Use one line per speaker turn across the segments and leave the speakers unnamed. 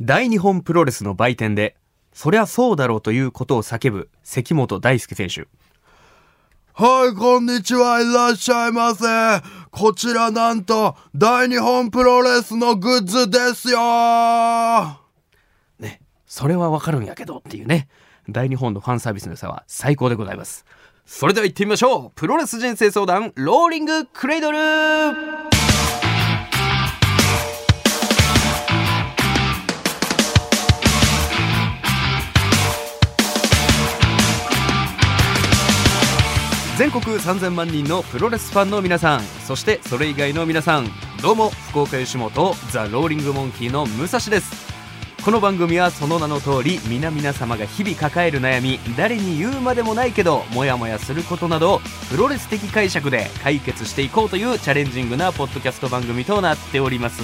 大日本プロレスの売店で、そりゃそうだろうということを叫ぶ関本大輔選手。
はい、こんにちは、いらっしゃいませ。こちらなんと、大日本プロレスのグッズですよ
ね、それはわかるんやけどっていうね。大日本のファンサービスの良さは最高でございます。それでは行ってみましょう。プロレス人生相談、ローリングクレイドル全国3000万人のプロレスファンの皆さんそしてそれ以外の皆さんどうも福岡吉本ザ・ローリングモンキーの武蔵ですこの番組はその名の通り皆々様が日々抱える悩み誰に言うまでもないけどモヤモヤすることなどをプロレス的解釈で解決していこうというチャレンジングなポッドキャスト番組となっております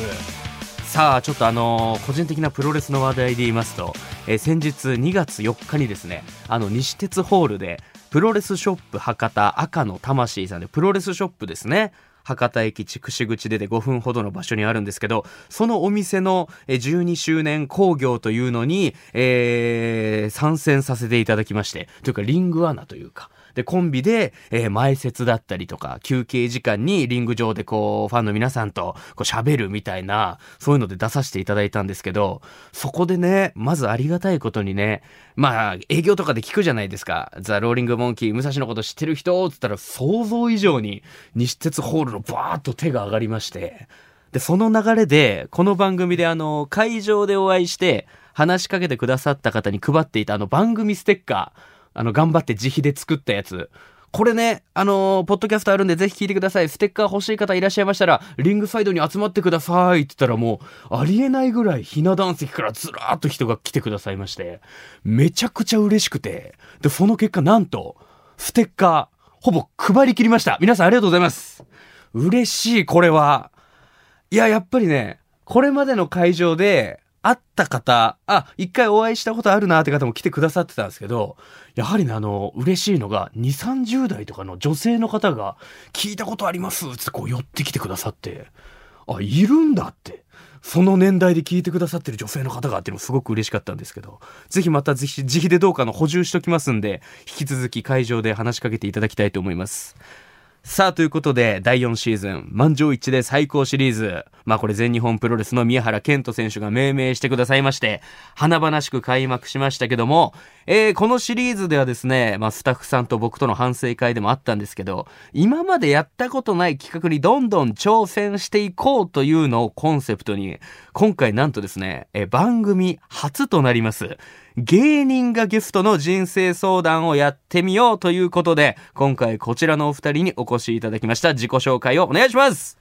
さあちょっとあのー個人的なプロレスの話題で言いますと、えー先日2月4日にですねあの西鉄ホールでプロレスショップ博多赤の魂さんでプロレスショップですね博多駅筑紫口出て5分ほどの場所にあるんですけどそのお店のえー12周年興行というのに、えー参戦させていただきましてというかリングアナというかで、コンビで、えー前説だったりとか、休憩時間にリング上でこう、ファンの皆さんとこう喋るみたいな、そういうので出させていただいたんですけど、そこでね、まずありがたいことにね、まあ、営業とかで聞くじゃないですか。ザ・ローリング・モンキー、武蔵のこと知ってる人っつったら、想像以上に、西鉄ホールのバーッと手が上がりまして、で、その流れで、この番組であの、会場でお会いして、話しかけてくださった方に配っていたあの番組ステッカー、あの、頑張って自費で作ったやつ。これね、あのーポッドキャストあるんでぜひ聞いてください。ステッカー欲しい方いらっしゃいましたら、リングサイドに集まってくださいって言ったらもう、ありえないぐらいひな壇席からずらーっと人が来てくださいまして、めちゃくちゃ嬉しくて、で、その結果なんと、ステッカー、ほぼ配り切りました。皆さんありがとうございます。嬉しい、これは。いや、やっぱりね、これまでの会場で会った方、あ、一回お会いしたことあるなって方も来てくださってたんですけど、やはりね、あの、嬉しいのが、2、30代とかの女性の方が、聞いたことありますってこう寄ってきてくださって、あ、いるんだって。その年代で聞いてくださってる女性の方がっていうのもすごく嬉しかったんですけど、ぜひまたぜひ自費でどうかの補充しときますんで、引き続き会場で話しかけていただきたいと思います。さあ、ということで、第4シーズン、満場一致で最高シリーズ。まあこれ全日本プロレスの宮原健人選手が命名してくださいまして、華々しく開幕しましたけども、えーこのシリーズではですね、まあスタッフさんと僕との反省会でもあったんですけど、今までやったことない企画にどんどん挑戦していこうというのをコンセプトに、今回なんとですね、えー番組初となります。芸人がゲストの人生相談をやってみようということで、今回こちらのお二人にお越しいただきました。自己紹介をお願いします。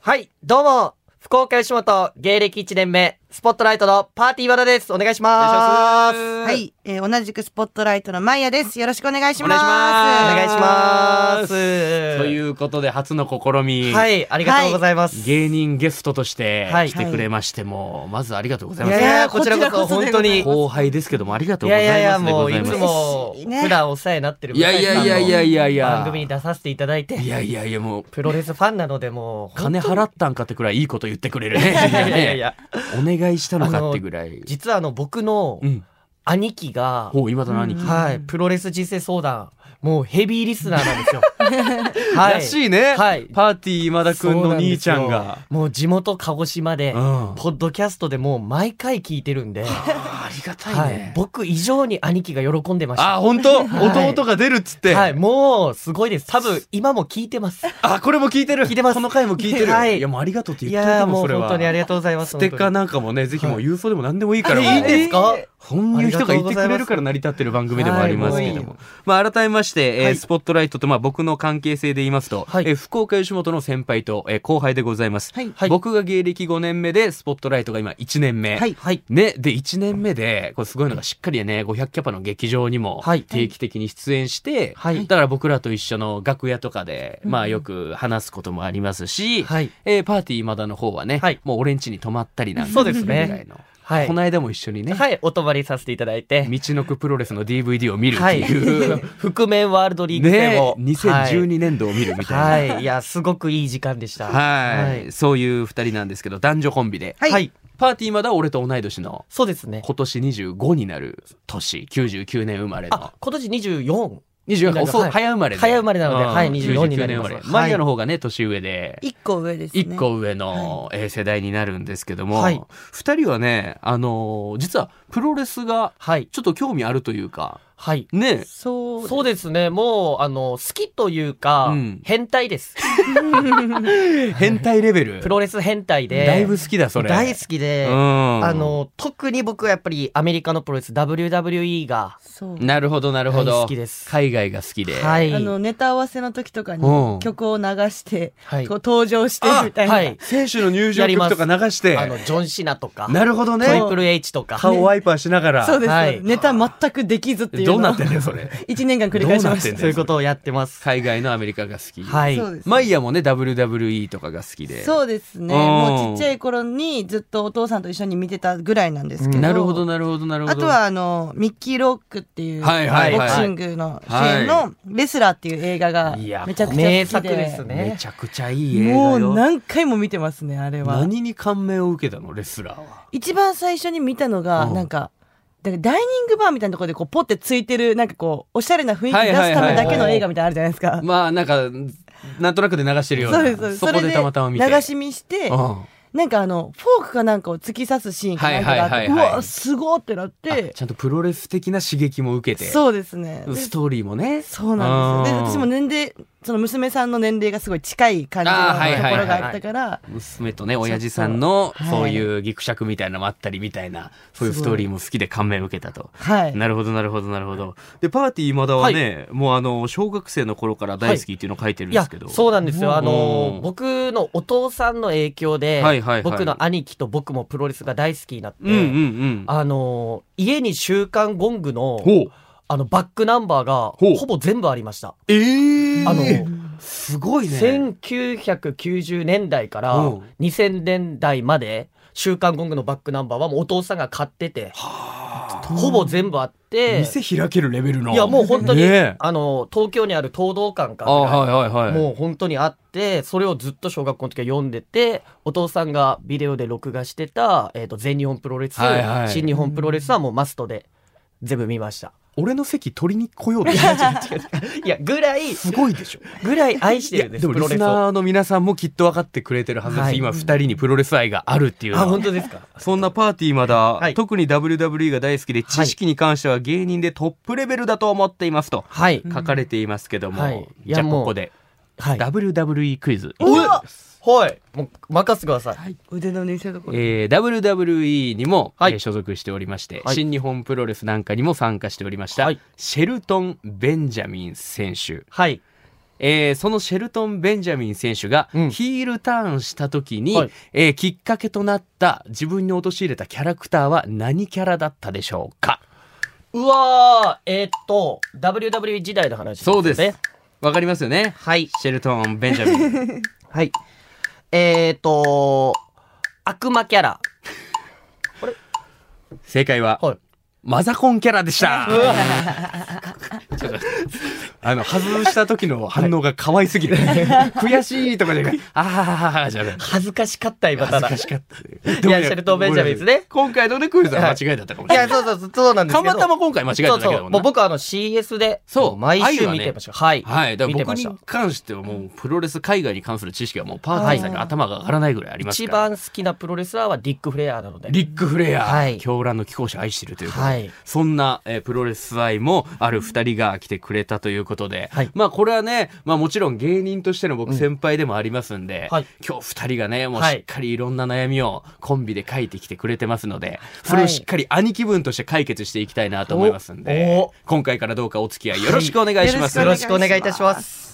はい、どうも、福岡吉本芸歴1年目、スポットライトのパーティー和田です。お願いします。
は
は。い、えー同じくスポットライトのマイヤです。よろしくお願いします。
お
お
願
願いします。
ということで、初の試み。
はい、ありがとうございます。
芸人ゲストとして
はい
来てくれましても、まずありがとうござい
い
ます。
やいや、こちらこそ本
こ
当
ちらこそでござ
に。
い
い
ま
後輩ですけどもありがとうござ
や
います
いやいや、
で
も
ご
う
ざ
い
ま
つ
す
も
嬉しいね
普段お世話になってる
いやいやいやいやいやいや
番組に出させていただいて
い、やいやいやもう
プロレスファンなのでもう、
金払ったんかってくらいいいこと言ってくれるね
いやいやいや、
お願いしたのかってぐらい
実はあの僕の
うん
兄貴が、
ほう今との兄貴、
うん
はい、プロレス人生相談、もうヘビーリスナーなんですよ。 はい。
らしいね、
はい
パーティー今田くんの兄ちゃんが
もう地元鹿児島で、
うん
ポッドキャストでもう毎回聞いてるんで、
ありがた
はい、僕以上に兄貴が喜んでまし
あ
た。
本当、
はい
弟が出るっつって、
はい、もうすごいです。多分今も聞いてます。
あこれも聞いてる
聞いてます
この回も聞いてる、
はい
いやもうありがとうって
い
言ってる
やー
かも
も
そうれは
本当にありがとうございます。
ステッカー
本
なんかもねぜひもう郵送でも何でもいいから、
当にいいんですか、
そういう人がいてくれるから成り立ってる番組でもありますけども。まあ、改めまして、えー
はい
スポットライトと、まあ、僕の関係性で言いますと、
はい
えー福岡吉本の先輩と、えー後輩でございます、
はい
はい
僕が芸歴5年目で、スポットライトが今1年目。
はい
はい。
ね、で、1年目で、これすごいのがしっかりね、500キャパの劇場にも
はい
定期的に出演して、
はい
だから僕らと一緒の楽屋とかで、まあよく話すこともありますし、
はい
えーパーティーまだの方はね、
はい
もう俺ん家に泊まったりなんか
そうですね
ぐらいの。
はい
この間も一緒にね、
はい、お泊まりさせていただいて、
道のくプロレスの DVD を見るっていう、
はい、 覆面ワールドリーグ
ね
戦を、
2012年度を見るみたいな。
はい、はい、いやすごくいい時間でした。
はい
はい
そういう二人なんですけど男女コンビで、
はい
はい
パーティーまだ俺と同い年の
そうですね。
今年25になる年99年生まれの
あ、今年24。
24遅い、
はい
早生まれで
早生まれなのではい24になります
99年
はい
マリアの方がね年上で
一個上ですね。
一個上のえー世代になるんですけども、
はい
二人はねあのー実はプロレスが
はい。
ちょっと興味あるというか
はい。
ね
そうです。
そうですね。もう、あの、好きというか、
うん
変態 です。
変態レベル
プロレス変態で。
だいぶ好きだそれ
大好きで、
うん
あの、特に僕はやっぱりアメリカのプロレス WWE が、
そう。
なるほどなるほど
大好きです
海外が好きで、
はい。
あの、ネタ合わせの時とかに
うん
曲を流して、
はい
こう登場してみたいな。
はい。
選手の入場
やりま
曲
す
とか流して
あの、ジョン・シナとか、
なるほど
トリ
ね
プル H とか。
顔ワイパーしながら
そうです、
はい
ネタ全くできずっていうのを。
どうなってんだよそ れ
一年間繰り返しま
どうなってん
し
だよ
そ
た。
ういうことをやってます。
海外のアメリカが好き、
はい。
そうです。
マイヤもね WWE とかが好きで
そうですね。
うん
もうちっちゃい頃にずっとお父さんと一緒に見てたぐらいなんですけど。
なるほどなるほどなるほど
あとはあの、ミッキー・ロックっていう、
はいはい
はい
ボクシングの主演のレスラーっていう映画が
いや
めちゃくちゃ好きで。
名作ですね
めちゃくちゃいい映
も
画
う
よ
何回も見てますね、あれは。
何に感銘を受けたのレスラー は
一番最初に見たのが、
うん
なんか、だからダイニングバーみたいなところでこうポってついてる、なんかこう、おしゃれな雰囲気出すためだけの映画みたいなのあるじゃないですか。
まあなんかなんとなくで流してるような
そうです、そうです。
そこでたまたま見て
それで流し見して
う、ん
なんかあの、フォークかなんかを突き刺すシーンかなんかがあって、
はいはいはいはいう
わ、すごーってなっ
あ
て、
ちゃんとプロレス的な刺激も受けて
そうですね。で
ストーリーもね
そうなんですよ。で、私も
ね
年齢、その娘さんの年齢がすごい近い感じの
あーはいはい
と
はいは
こ
い
ろがあったから、
娘とね親父さんの
そう
そういうぎくしゃくみたいなのもあったりみたいなそういうストーリーも好きで感銘を受けたと。
はい。
なるほどなるほどなるほど。でパーティーまだはね、もうあの小学生の頃から大好きっていうのを書いてるん
い
で
や
すけど。
そうなんですよあ
う
の
ん
僕のお父さんの影響で、
はいはいはい
僕の兄貴と僕もプロレスが大好きになって、
うんうんうん。
あの家に「週刊ゴング
ほ
の」
う
あのバックナンバーが
ほう
ほぼ全部ありました。
ええ
あの
すごいね。
1990年代から
うん
2000年代まで「週刊ゴング」のバックナンバーはもうお父さんが買っててほぼ全部あって
店開けるレベルの。
いやもう本当に、
ねえ
あの東京にある東道館か
あはいはいはい。
もう本当にあってそれをずっと小学校の時は読んでてお父さんがビデオで録画してた、えー、と全日本プロレス、
はいはい
新日本プロレスはもうマストで全部見ました
俺の席取りに来ようとしてる
いやぐらい
すごいでしょ。
ぐらい愛し
い
て
や
るんで
ですも
プ
リ
ロレ
ス
スを
ナーの皆さんもきっと分かってくれてるはずです、
はい
今二人にプロレス愛があるっていうの
あ
は
本当ですか
そんなパーティーまだ、
はい
特に WWE が大好きで知識に関しては芸人でトップレベルだと思っていますと
はい
書かれていますけども、
はいい
じ
や
ゃあ
もう
ここで
はい、
WWE クイズ、
うわ
はい、もう任せてください、はい、
腕の見せ所。
えー WWE にも、
はい
えー所属しておりまして、
はい
新日本プロレスなんかにも参加しておりました、
はい
シェルトン・ベンジャミン選手、えーそのシェルトン・ベンジャミン選手がヒ
うん
ールターンした時に、
はい
えーきっかけとなった自分に陥れたキャラクターは何キャラだったでしょうか
うわーえーっと WWE 時代の話
そうです
ね
わかりますよね
はい
シェルトン・ベンジャ ミン
はいえーっと悪魔キャラ
正解は、
はい
マザコンキャラで したちょっとあの外した時の反応が可愛すぎる 悔しいとかじゃなくてあははははじゃなくて
恥ずかしかった今ただ
恥ずかしかった
いやシェルトンベンジャミンですね
今回のねクイズは間違いだったかもし
い
れない
や、そうそうそう、そうなんです
た
けど。
またま今回間違えただけだもん
そ
な
うそう。もう僕はあの CS で、
そう
も毎週見てました。はい。
はい、だか
見
ら
て
僕
まし
に
た。
関してはもうプロレス海外に関する知識はもうパーティーさんが頭が上がらないぐらいあります
一
から。
番好きなプロレスラーはディック・フレアなので。
リック・フレア、
はい
狂乱の貴公子愛してるということで、
はい
そんな、えープロレス愛もある2人が来てくれたということで、
はい
まあこれはね、まあ、もちろん芸人としての僕先輩でもありますんで、
はい
今日2人がねもう
はい
しっかりいろんな悩みをコンビで書いてきてくれてますのでそれをしっかり兄貴分として解決していきたいなと思いますんで、
おお
今回からどうかお付き合いよろしくお願いします。
は
よ
い
ろしくお願いいたします。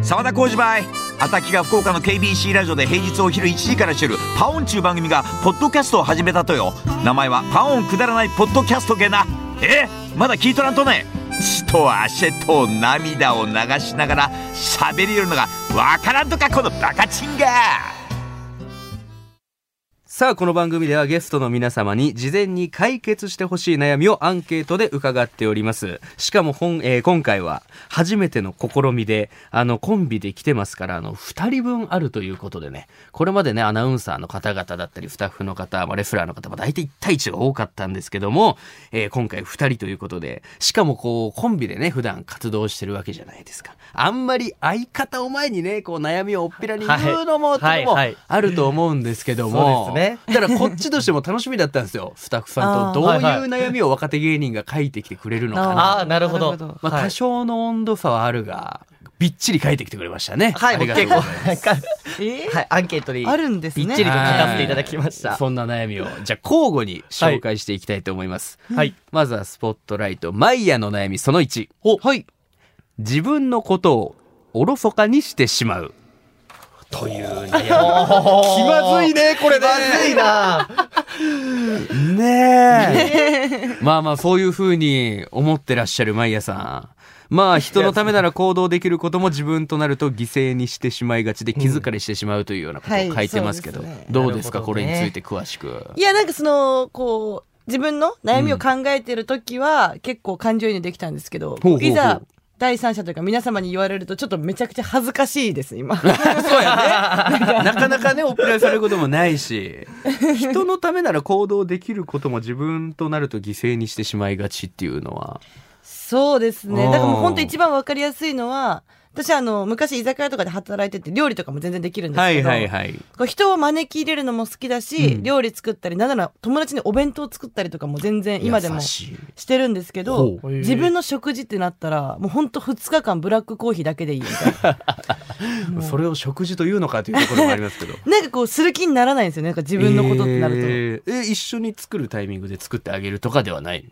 沢田浩二バイアタキが福岡の KBC ラジオで平日お昼1時からしてる「パオン」ちゅう番組がポッドキャストを始めたとよ名前は「パオンくだらないポッドキャストけな」えまだ聞いとらんとね血と汗と涙を流しながら喋りよるのがわからんとかこのバカチンが
さあこの番組ではゲストの皆様に事前に解決してほしい悩みをアンケートで伺っておりますしかも本、えー今回は初めての試みであのコンビで来てますからあの2人分あるということでねこれまでねアナウンサーの方々だったりスタッフの方、まあ、レスラーの方も大体1対1が多かったんですけども、えー今回2人ということでしかもこうコンビでね普段活動してるわけじゃないですかあんまり相方を前にねこう悩みをおっぴらに言うのも、
はい
ってのも
はいはい
あると思うんですけども
そうです
だからこっちとしても楽しみだったんですよスタッフさんとどういう
あーはいはい
悩みを若手芸人が書いてきてくれるのかな
ああ、なるほど
なるほど。
まあ、
はい
多少の温度差はあるがびっちり書いてきてくれましたね。
はい、
あり
僕
がとう
結
ござ
構、
います
はいか
え
はい、アンケートに。
あるんですね
びっちりと書かせていただきまし
はい
た。
そんな悩みをじゃあ交互に紹介していきたいと思います。
はい。
まずはスポットライトマイヤの悩みその1
はい
自分のことをおろそかにしてしまうという悩み気まずいねこれね
いいな
ねえ。 まあまあそういうふうに思ってらっしゃるマイヤさん。まあ人のためなら行動できることも自分となると犠牲にしてしまいがちで気疲れしてしまうというようなことを書いてますけど、
はいそうです
どうですか
なる
こ
ほど
れ
ね
について詳しく。
いやなんかそのこう自分の悩みを考えてる時は、結構感情移入できたんですけど、
ほうほうほう
いざ第三者というか皆様に言われるとちょっとめちゃくちゃ恥ずかしいです今
そうやね。なかなかね、おっぴらにされることもない し、人のためなら行動できることも自分となると犠牲にしてしまいがちっていうのは。
そうですね
うん
だからもう本当一番わかりやすいのは私あの昔居酒屋とかで働いてて料理とかも全然できるんです
はい
けど、
はいはい。
こう人を招き入れるのも好きだし、料理作ったりなんなら友達にお弁当作ったりとかも全然今でも
優
し
しい
てるんですけど
ほ
う
自分の食事ってなったらもうほんと2日間ブラックコーヒーだけでいいみたいな。
それを食事というのかというところもありますけど。
なんかこうする気にならないんですよねなんか自分のことってなると、
えーえ一緒に作るタイミングで作ってあげるとかではない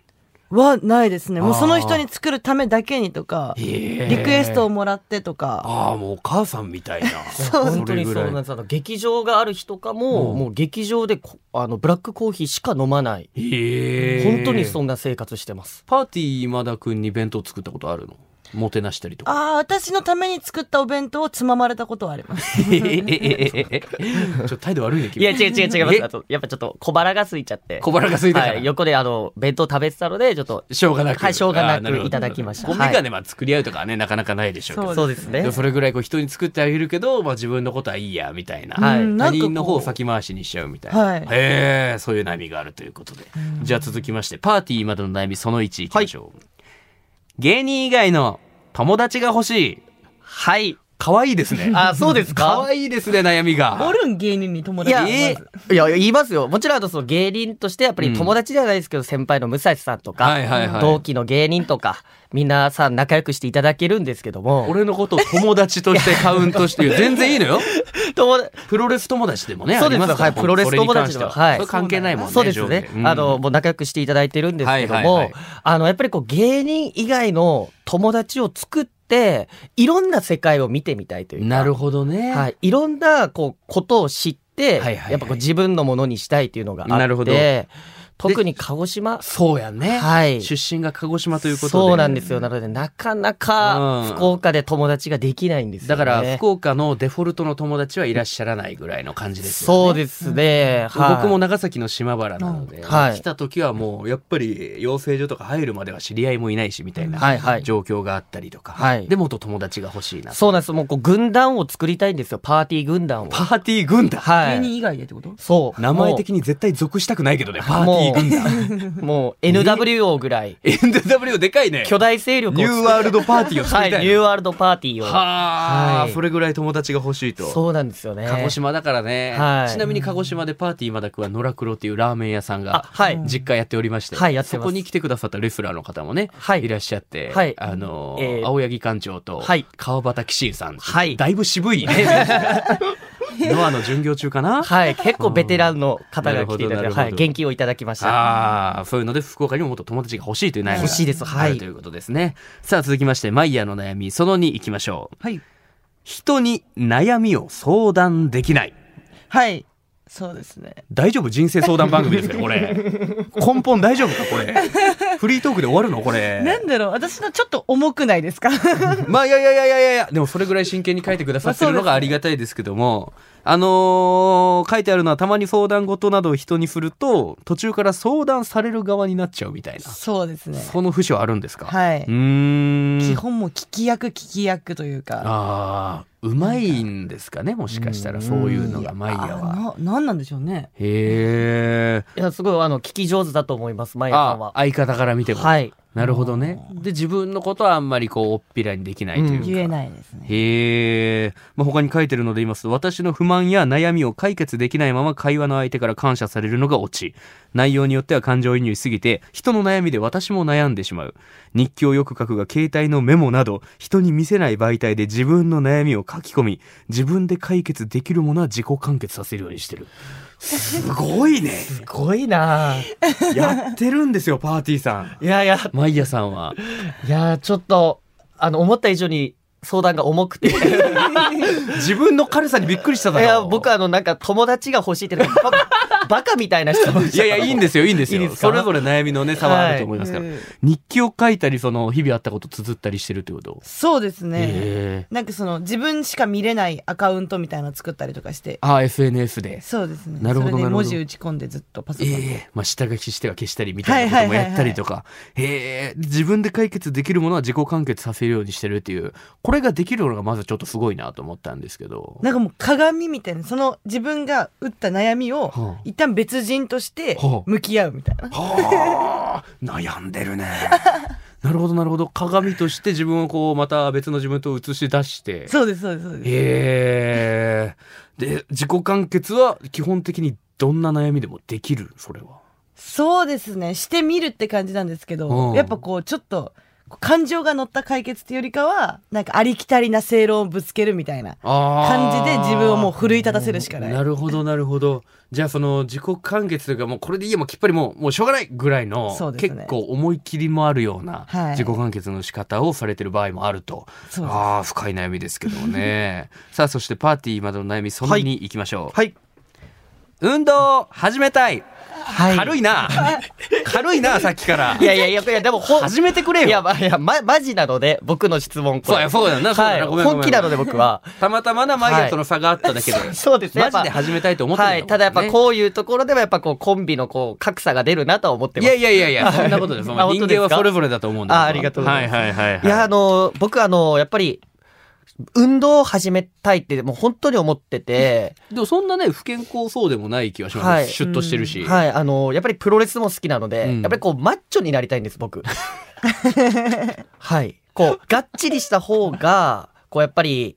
はないですねもう
あー
その人に作るためだけにとかリ
え
クエストをもらってとか
ああもうお母さんみたいなそ
本当にそうなん
れぐら
で
い
す。あの、劇場がある日とかも、
うん
もう劇場でこ、あの、ブラックコーヒーしか飲まない。
へえ
本当にそんな生活してます。
パーティー今田君に弁当作ったことあるのもてなしたり とか
ああ私のために作ったお弁当をつままれたことはあります
ええええええちょっと態度悪いね
い
君
や、違う違う違います。
え
あと、やっぱちょっと小腹が空いちゃって。
小腹が空いたから、
はい、横であの、弁当食べてたので、ちょっと、
しょうがなく
はいしょうがなく
あーるほど
いただきました
ゴミがね、まあ、作り合うとかはねなかなかないでしょうけど
そうですね
でも。それぐらいこう人に作ってあげるけど、まあ、自分のことはいいやみたいな、
はい
うんな
他
んかこう
人の方を先回しにしちゃうみたいな、
はい
へえそういう悩みがあるということで、じゃあ続きましてパーティーまでの悩みその1いきましょう、芸人以外の友達が欲しい
はい。
可愛いですね
あ、そうですか
可愛いですね悩み
お
が
るん芸人に友
い
達
や、
まず
いや、言いますよ。もちろん、あの、その芸人として、やっぱ
うん
り友達ではないですけど、先輩の武蔵さんとか、
はいはいはい
同期の芸人とか、皆さん仲良くしていただけるんですけども、
俺のことを友達としてカウントしてる全然いいの よ
友達
プロレス友達でもね
そうです
ありますから
はいプロレス友達
それに関しては
でもはい
それ関係ないもんね
そうですね
上下、うん
あの、もう仲良くしていただいてるんですけども、
はいはいはい
あの、やっぱりこう、芸人以外の友達を作って、いろんな世界を見てみたいというか、
なるほどね、
はい、いろんなこうことを知っ
は
て、
いはいはい
やっぱこう自分のものにしたいというのがあって
なるほど
特に鹿児島
そうやね、
はい
出身が鹿児島ということで
そうなんですよなのでなかな
うん
か福岡で友達ができないんですよ、ね、
だから福岡のデフォルトの友達はいらっしゃらないぐらいの感じですよね。
そうですね、はい
僕も長崎の島原なので、
はい
来た時はもうやっぱり養成所とか入るまでは知り合いもいないしみたい
はいは
ない状況があったりとか、
はい
でもっと友達が欲しいな
そうなんですもうこう軍団を作りたいんですよパーティー軍団を
パーティー軍団
は
芸
い
人以外でってこと
そう
名前的に絶対属したくないけどねパーティー軍団
もうもう NWO ぐらい
NW でかいね
巨大勢力を
ニューワールドパーティーを作
は
り
い
たい
ニ
の
ューワールドパーティーを
はあ、
はい
それぐらい友達が欲しいと
そうなんですよね
鹿児島だからね、
はい
ちなみに鹿児島でパーティーまだくは野良黒っていうラーメン屋さん
あ
が
はい
実家やっておりまして、
はいやって
そ
ます
こに来てくださったレスラーの方もね、
はい
い、らっしゃって、
はい
あのー
えー
青柳館長と
はい
川端紀信さん、
はい
だいぶ渋 いね ノアの巡業中かな、
はい、結構ベテランの方が来ていた
な
だ
るほどなる
いて、は
ほ
い、
ど
元気をいただきました。
ああそういうので福岡にももっと友達が欲しいという悩みが
欲しいですは
あ
い
るということですね、さあ続きましてマイヤーの悩みその2いきましょう
はい
人に悩みを相談できない
はいそうですね
大丈夫人生相談番組ですけどこ れ根本大丈夫かこれフリートークで終わるのこ
な
れ
んだろう私のちょっと重 くないですか
まあいやいやいやいやいやでもそれぐらい真剣に書いてくださってるのがありがたいですけどもあのー書いてあるのはたまに相談事などを人にすると途中から相談される側になっちゃうみたいな
そうですね。
その節はあるんですか、。
はいう
ーん
基本もう聞き役聞き役というか。
ああうまいんですかねもしかしたらそういうのがマイヤは。
あな、なんなんでしょうね。
へえ
いやすごいあの聞き上手だと思いますマイヤさん
あ
は
相方から見ても、
はい
なるほどねで自分のことはあんまりこうおっぴらにできないというか、
言えないですね。
へえ、まあ、他に書いてるので言いますと私の不満や悩みを解決できないまま会話の相手から感謝されるのがオチ内容によっては感情移入しすぎて人の悩みで私も悩んでしまう日記をよく書くが携帯のメモなど人に見せない媒体で自分の悩みを書き込み自分で解決できるものは自己完結させるようにしてるすごいね
すごいなあ
やってるんですよパーティーさん
いやいや
マイヤさんはい
やちょっとあの思った以上に相談が重くて い
自分の軽さにびっくりしただろ
や僕あのなんか友達が欲しいってなんかババカみ たいな人
いやいや、いいんですよ、いいんですよ。
いいですか
それぞれ悩みのね、差はあると思いますから。
はい
日記を書いたり、その、日々あったこと綴ったりしてるってこと
そうですね。
へえ。
なんかその自分しか見れないアカウントみたいなの作ったりとかして。
ああ、SNS で。
そうですね。
なるほど
それ
なる
で
ほど
文字打ち込んでずっとパソコ
え
ン
え
で。
まあ、下書きしては消したりみたいなこともやったりとか。へえ、自分で解決できるものは自己完結させるようにしてるっていう、これができるのがまずちょっとすごいなと思ったんですけ ど。
なんかもう鏡みたいな、その自分が打った悩みを
はあ
一旦別人として
はあ
向き合うみたいな。
はあ、悩んでる ね。なるほど、なるほど。鏡として自分をこう、また別の自分と映し出して。
そうです、そうです、そうです。
へえで自己完結は基本的にどんな悩みでもできるそれは
そうですね。してみるって感じなんですけ
うん
ど、やっぱこうちょっと感情が乗った解決っていうよりかは、なんかありきたりな正論をぶつけるみたいな感じで自分をもう奮い立たせるしかない。
なるほどなるほどじゃあその自己完結というかもうこれでいいやもうきっぱりもうもうしょうがないぐらいの、
そうですね
結構思い切りもあるような
はい
自己完結の仕方をされてる場合もあると、
そうです
ああ深い悩みですけどもね さあそしてパーティーまでの悩みその2に行きましょう、
はい
運動を始めたい
はい
軽いな軽いなさっきから
いやいやいやいやでもほん
始めてくれよ
いやま いやまマジなので僕の質問これ
そうやそうだよなそうだ
は
よな
い
ごめんごめん
本気なので僕は
たまたまなマイヤとの差があっただけで、
そうですね
マジで
やっぱ
始めたいと思ってるん
は
だもん
いただやっぱこういうところではやっぱこうコンビのこう格差が出るなとは思って
い
ます
やいやいやいやそんなことです
はい
まあ
あ本
人
当です
間
か
はそれぞれだと思うんだ
あありがとうございます
はいはいはい、はい
いや、あの、僕あの、やっぱり、運動を始めたいって、もう本当に思ってて、
でもそんなね不健康そうでもない気はします、
はい
シュッとしてるし、
はい、あの、やっぱりプロレスも好きなので、
うん
やっぱりこう、マッチョになりたいんです、 僕。はい。こう、がっちりした方が、こう、やっぱり、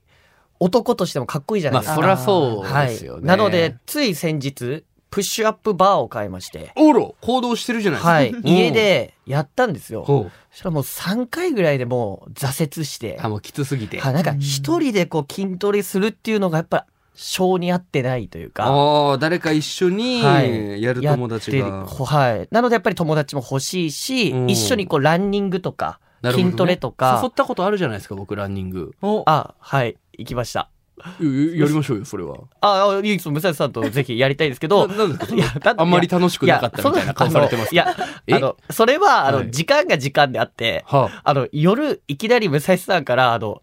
男としてもかっこいいじゃな
ま
い
あ
ですか。
そりゃそう
は
ですよ
い。
ね、
なので、つい先日、プッシュアップバーを買いまして、
おろ行動してるじゃないですか、
はい。
ん
家でやったんですよ。そ
ほう
したらもう3回ぐらいでもう挫折して。
あもうきつすぎて、
はい、なんか一人でこう筋トレするっていうのがやっぱ性に合ってないというか。
ああ誰か一緒に
はい
やる友達が、
やってるはい。なのでやっぱり友達も欲しいし、
うん
一緒にこうランニングとか、
なるほどね
筋トレと
誘っ
か。
たことあるじゃないですか僕ランニング
あ、はい。行きました。
ややりましょうよそれは
あ、あゆいつも武蔵さんとぜひやりたいです け
な
ど。
なんですか
いや、だって
あんまり楽しくなかったみたいな顔されてます
いや、
え
あの、それは、
は
あの、
い
時間が時間であって、
はあ
あの、夜、いきなり武蔵さんから、あの、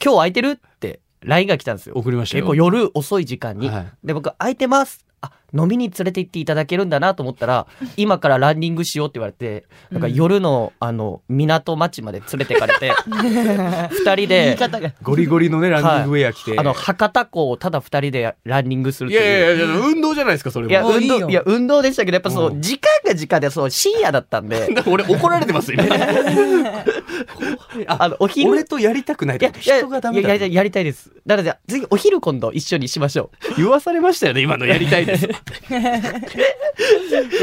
今日空いてるって LINE が来たんですよ。
送りましたよ
結構夜遅い時間に。
はい
で、僕、空いてます。あ、飲みに連れて行っていただけるんだなと思った ら、今からランニングしようって言われて、なんか夜の、あの、港町まで連れてかれ て、二人
言い
で、
方が。
ゴリゴリのね、ランニングウェア着て。
あの、博多港をただ二人でランニングするっ
い
ていう。
やいやいや、運動じゃないですか、それも。
いや、
もうい
運
いよ
動、いや、運動でしたけど、やっぱそうの、時間が時間で、そう、深夜だったんで、
なんか俺怒られてます、今。あ
あの、お昼、
俺とやりたくないってこと人がダメ
いやや
だ
りたい、やりたいです。なので、ぜひお昼今度一緒にしましょ
言わされましたよね今のやりたいです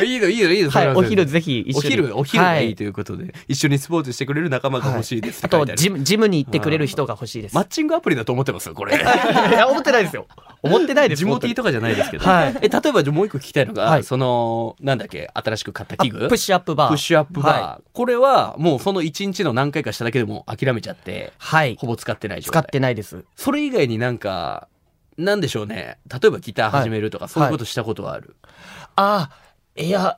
いいのいいのいいの
う。
そ
は
れ
い、
は
お昼ぜひ一
お
緒に。
昼お昼がい
はい
ということで一緒にスポーツしてくれる仲間が欲しいです
あ
って書い
と
てある
ジム、ジムに行ってくれる人が欲しいです。
マッチングアプリだと思ってますよこれ
いや、思ってないですよ。思ってないです。
ジモティー
と
とかじゃないですけど
はい
え例えばじゃあもう一個聞きたいの
は
が
い
そのなんだっけ新しく買った器具
プッシュアップバー。
プッシュアップバー、
は
これはもうその1日の何回かしただけでもう諦めちゃって
はい。
ほぼ使ってない状
使
態
ってないです。
それ以外になんかなんでしょうね例えばギター始めるとか、そういうことしたことはある、
ああ、いや、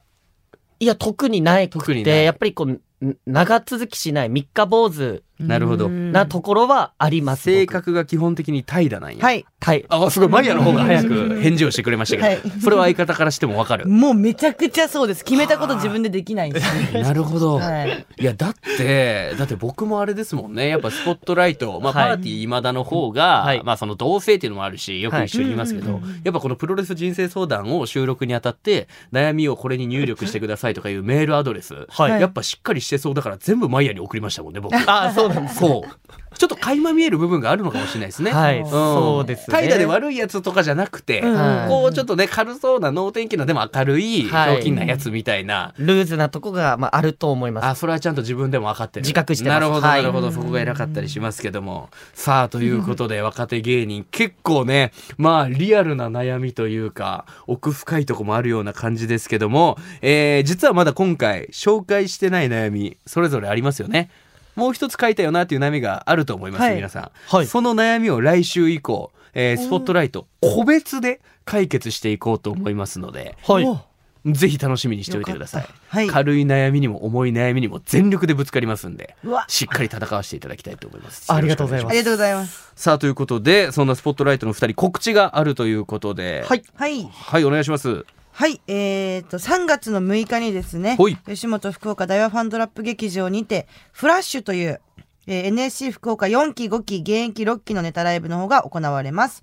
いや、特にないくて。
特にない
やっぱりこう、ん長続きしない、三日坊主
なるほど
うん
なところはあります。
性格が基本的に怠惰なんや、
はい。
はい。
あすごいマリアの方が早く返事をしてくれましたけど、
はい
それは相方からしてもわかる
もうめちゃくちゃそうです。決めたこと自分でできないんですよ。
なるほど、
はい。
いやだってだって僕もあれですもんねやっぱスポットライト、まあ、パ
はい
ーティー今田の方が、
はい
まあ、その同性っていうのもあるしよく一緒にいますけど、やっぱこのプロレス人生相談を収録にあたって悩みをこれに入力してくださいとかいうメールアドレス、
はい
やっぱしっかりしてそうだから全部マイヤに送りましたもんね僕。
あ、そうなんです。
そうちょっと垣間見える部分があるのかもしれないですね。
はい
ん
そうですね
怠惰で悪いやつとかじゃなくて、
はい
こうちょっとね軽そうな能天気なでも明るいひ
はい
ょうきんなやつみたいな、
ルーズなとこが、まあ、あると思います。
あそれはちゃんと自分でも分かってる
自覚してま
な
す
るほど
は
ないるほど、そこが偉かったりしますけどもさあということで若手芸人結構ねまあリアルな悩みというか奥深いとこもあるような感じですけども、えー実はまだ今回紹介してない悩みそれぞれありますよねもう一つ書いたよなっていう悩みがあると思います、
はい
皆さん、
はい
その悩みを来週以降、えースポットライト個別で解決していこうと思いますので
はい。
お
ぜひ楽しみにしておいてください
よかったはい
軽い悩みにも重い悩みにも全力でぶつかりますんで
うわ
しっかり戦わせていただきたいと思います
ありがとうござい
よろしくお願し
ま
ありがとうございます。
すさあということでそんなスポットライトの2人告知があるということではい、
い。はい。
お願いします
はい、えー、と、3月の6日にですね
ほい、
吉本福岡大和ファンドラップ劇場にて、フラッシュという、えー NSC 福岡4期5期、現役6期のネタライブの方が行われます。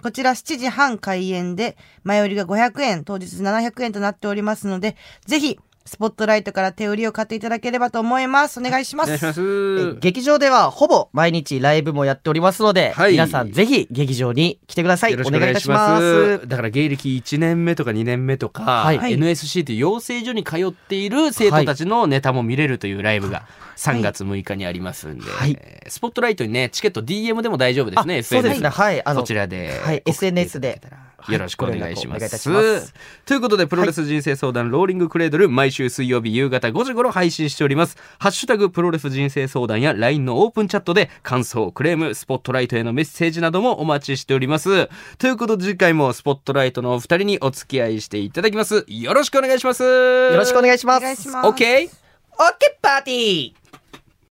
こちら7時半開演で、前売りが500円、当日700円となっておりますので、ぜひ、スポットライトから手売りを買っていただければと思います。お願いします。
す
劇場ではほぼ毎日ライブもやっておりますので、
はい
皆さんぜひ劇場に来てください。
よろ
お
しくお
願
願
いい
い
た
し
しま。
ますす。だから芸歴1年目とか2年目とか、
はい
NSC という養成所に通っている生徒たちのネタも見れるというライブが3月6日にありますんで、
はい
スポットライトにね、チケット DM でも大丈夫ですね、
あそうですね。
SNS
はい。あ
そちらで
はい。SNS で。
よろしくお願いしま
お願いいた
す。
します
ということで、プロレス人生相談、ローリングクレードル、毎週水曜日夕方5時頃配信しております。ハッシュタグ、プロレス人生相談や LINE のオープンチャットで、感想、クレーム、スポットライトへのメッセージなどもお待ちしております。ということで、次回もスポットライトのお二人にお付き合いしていただきます。よろしくお願いします。よ
よろしくお
いし
願いしま
お願いし
す。
ま
ます。OK?
オッケーパーティー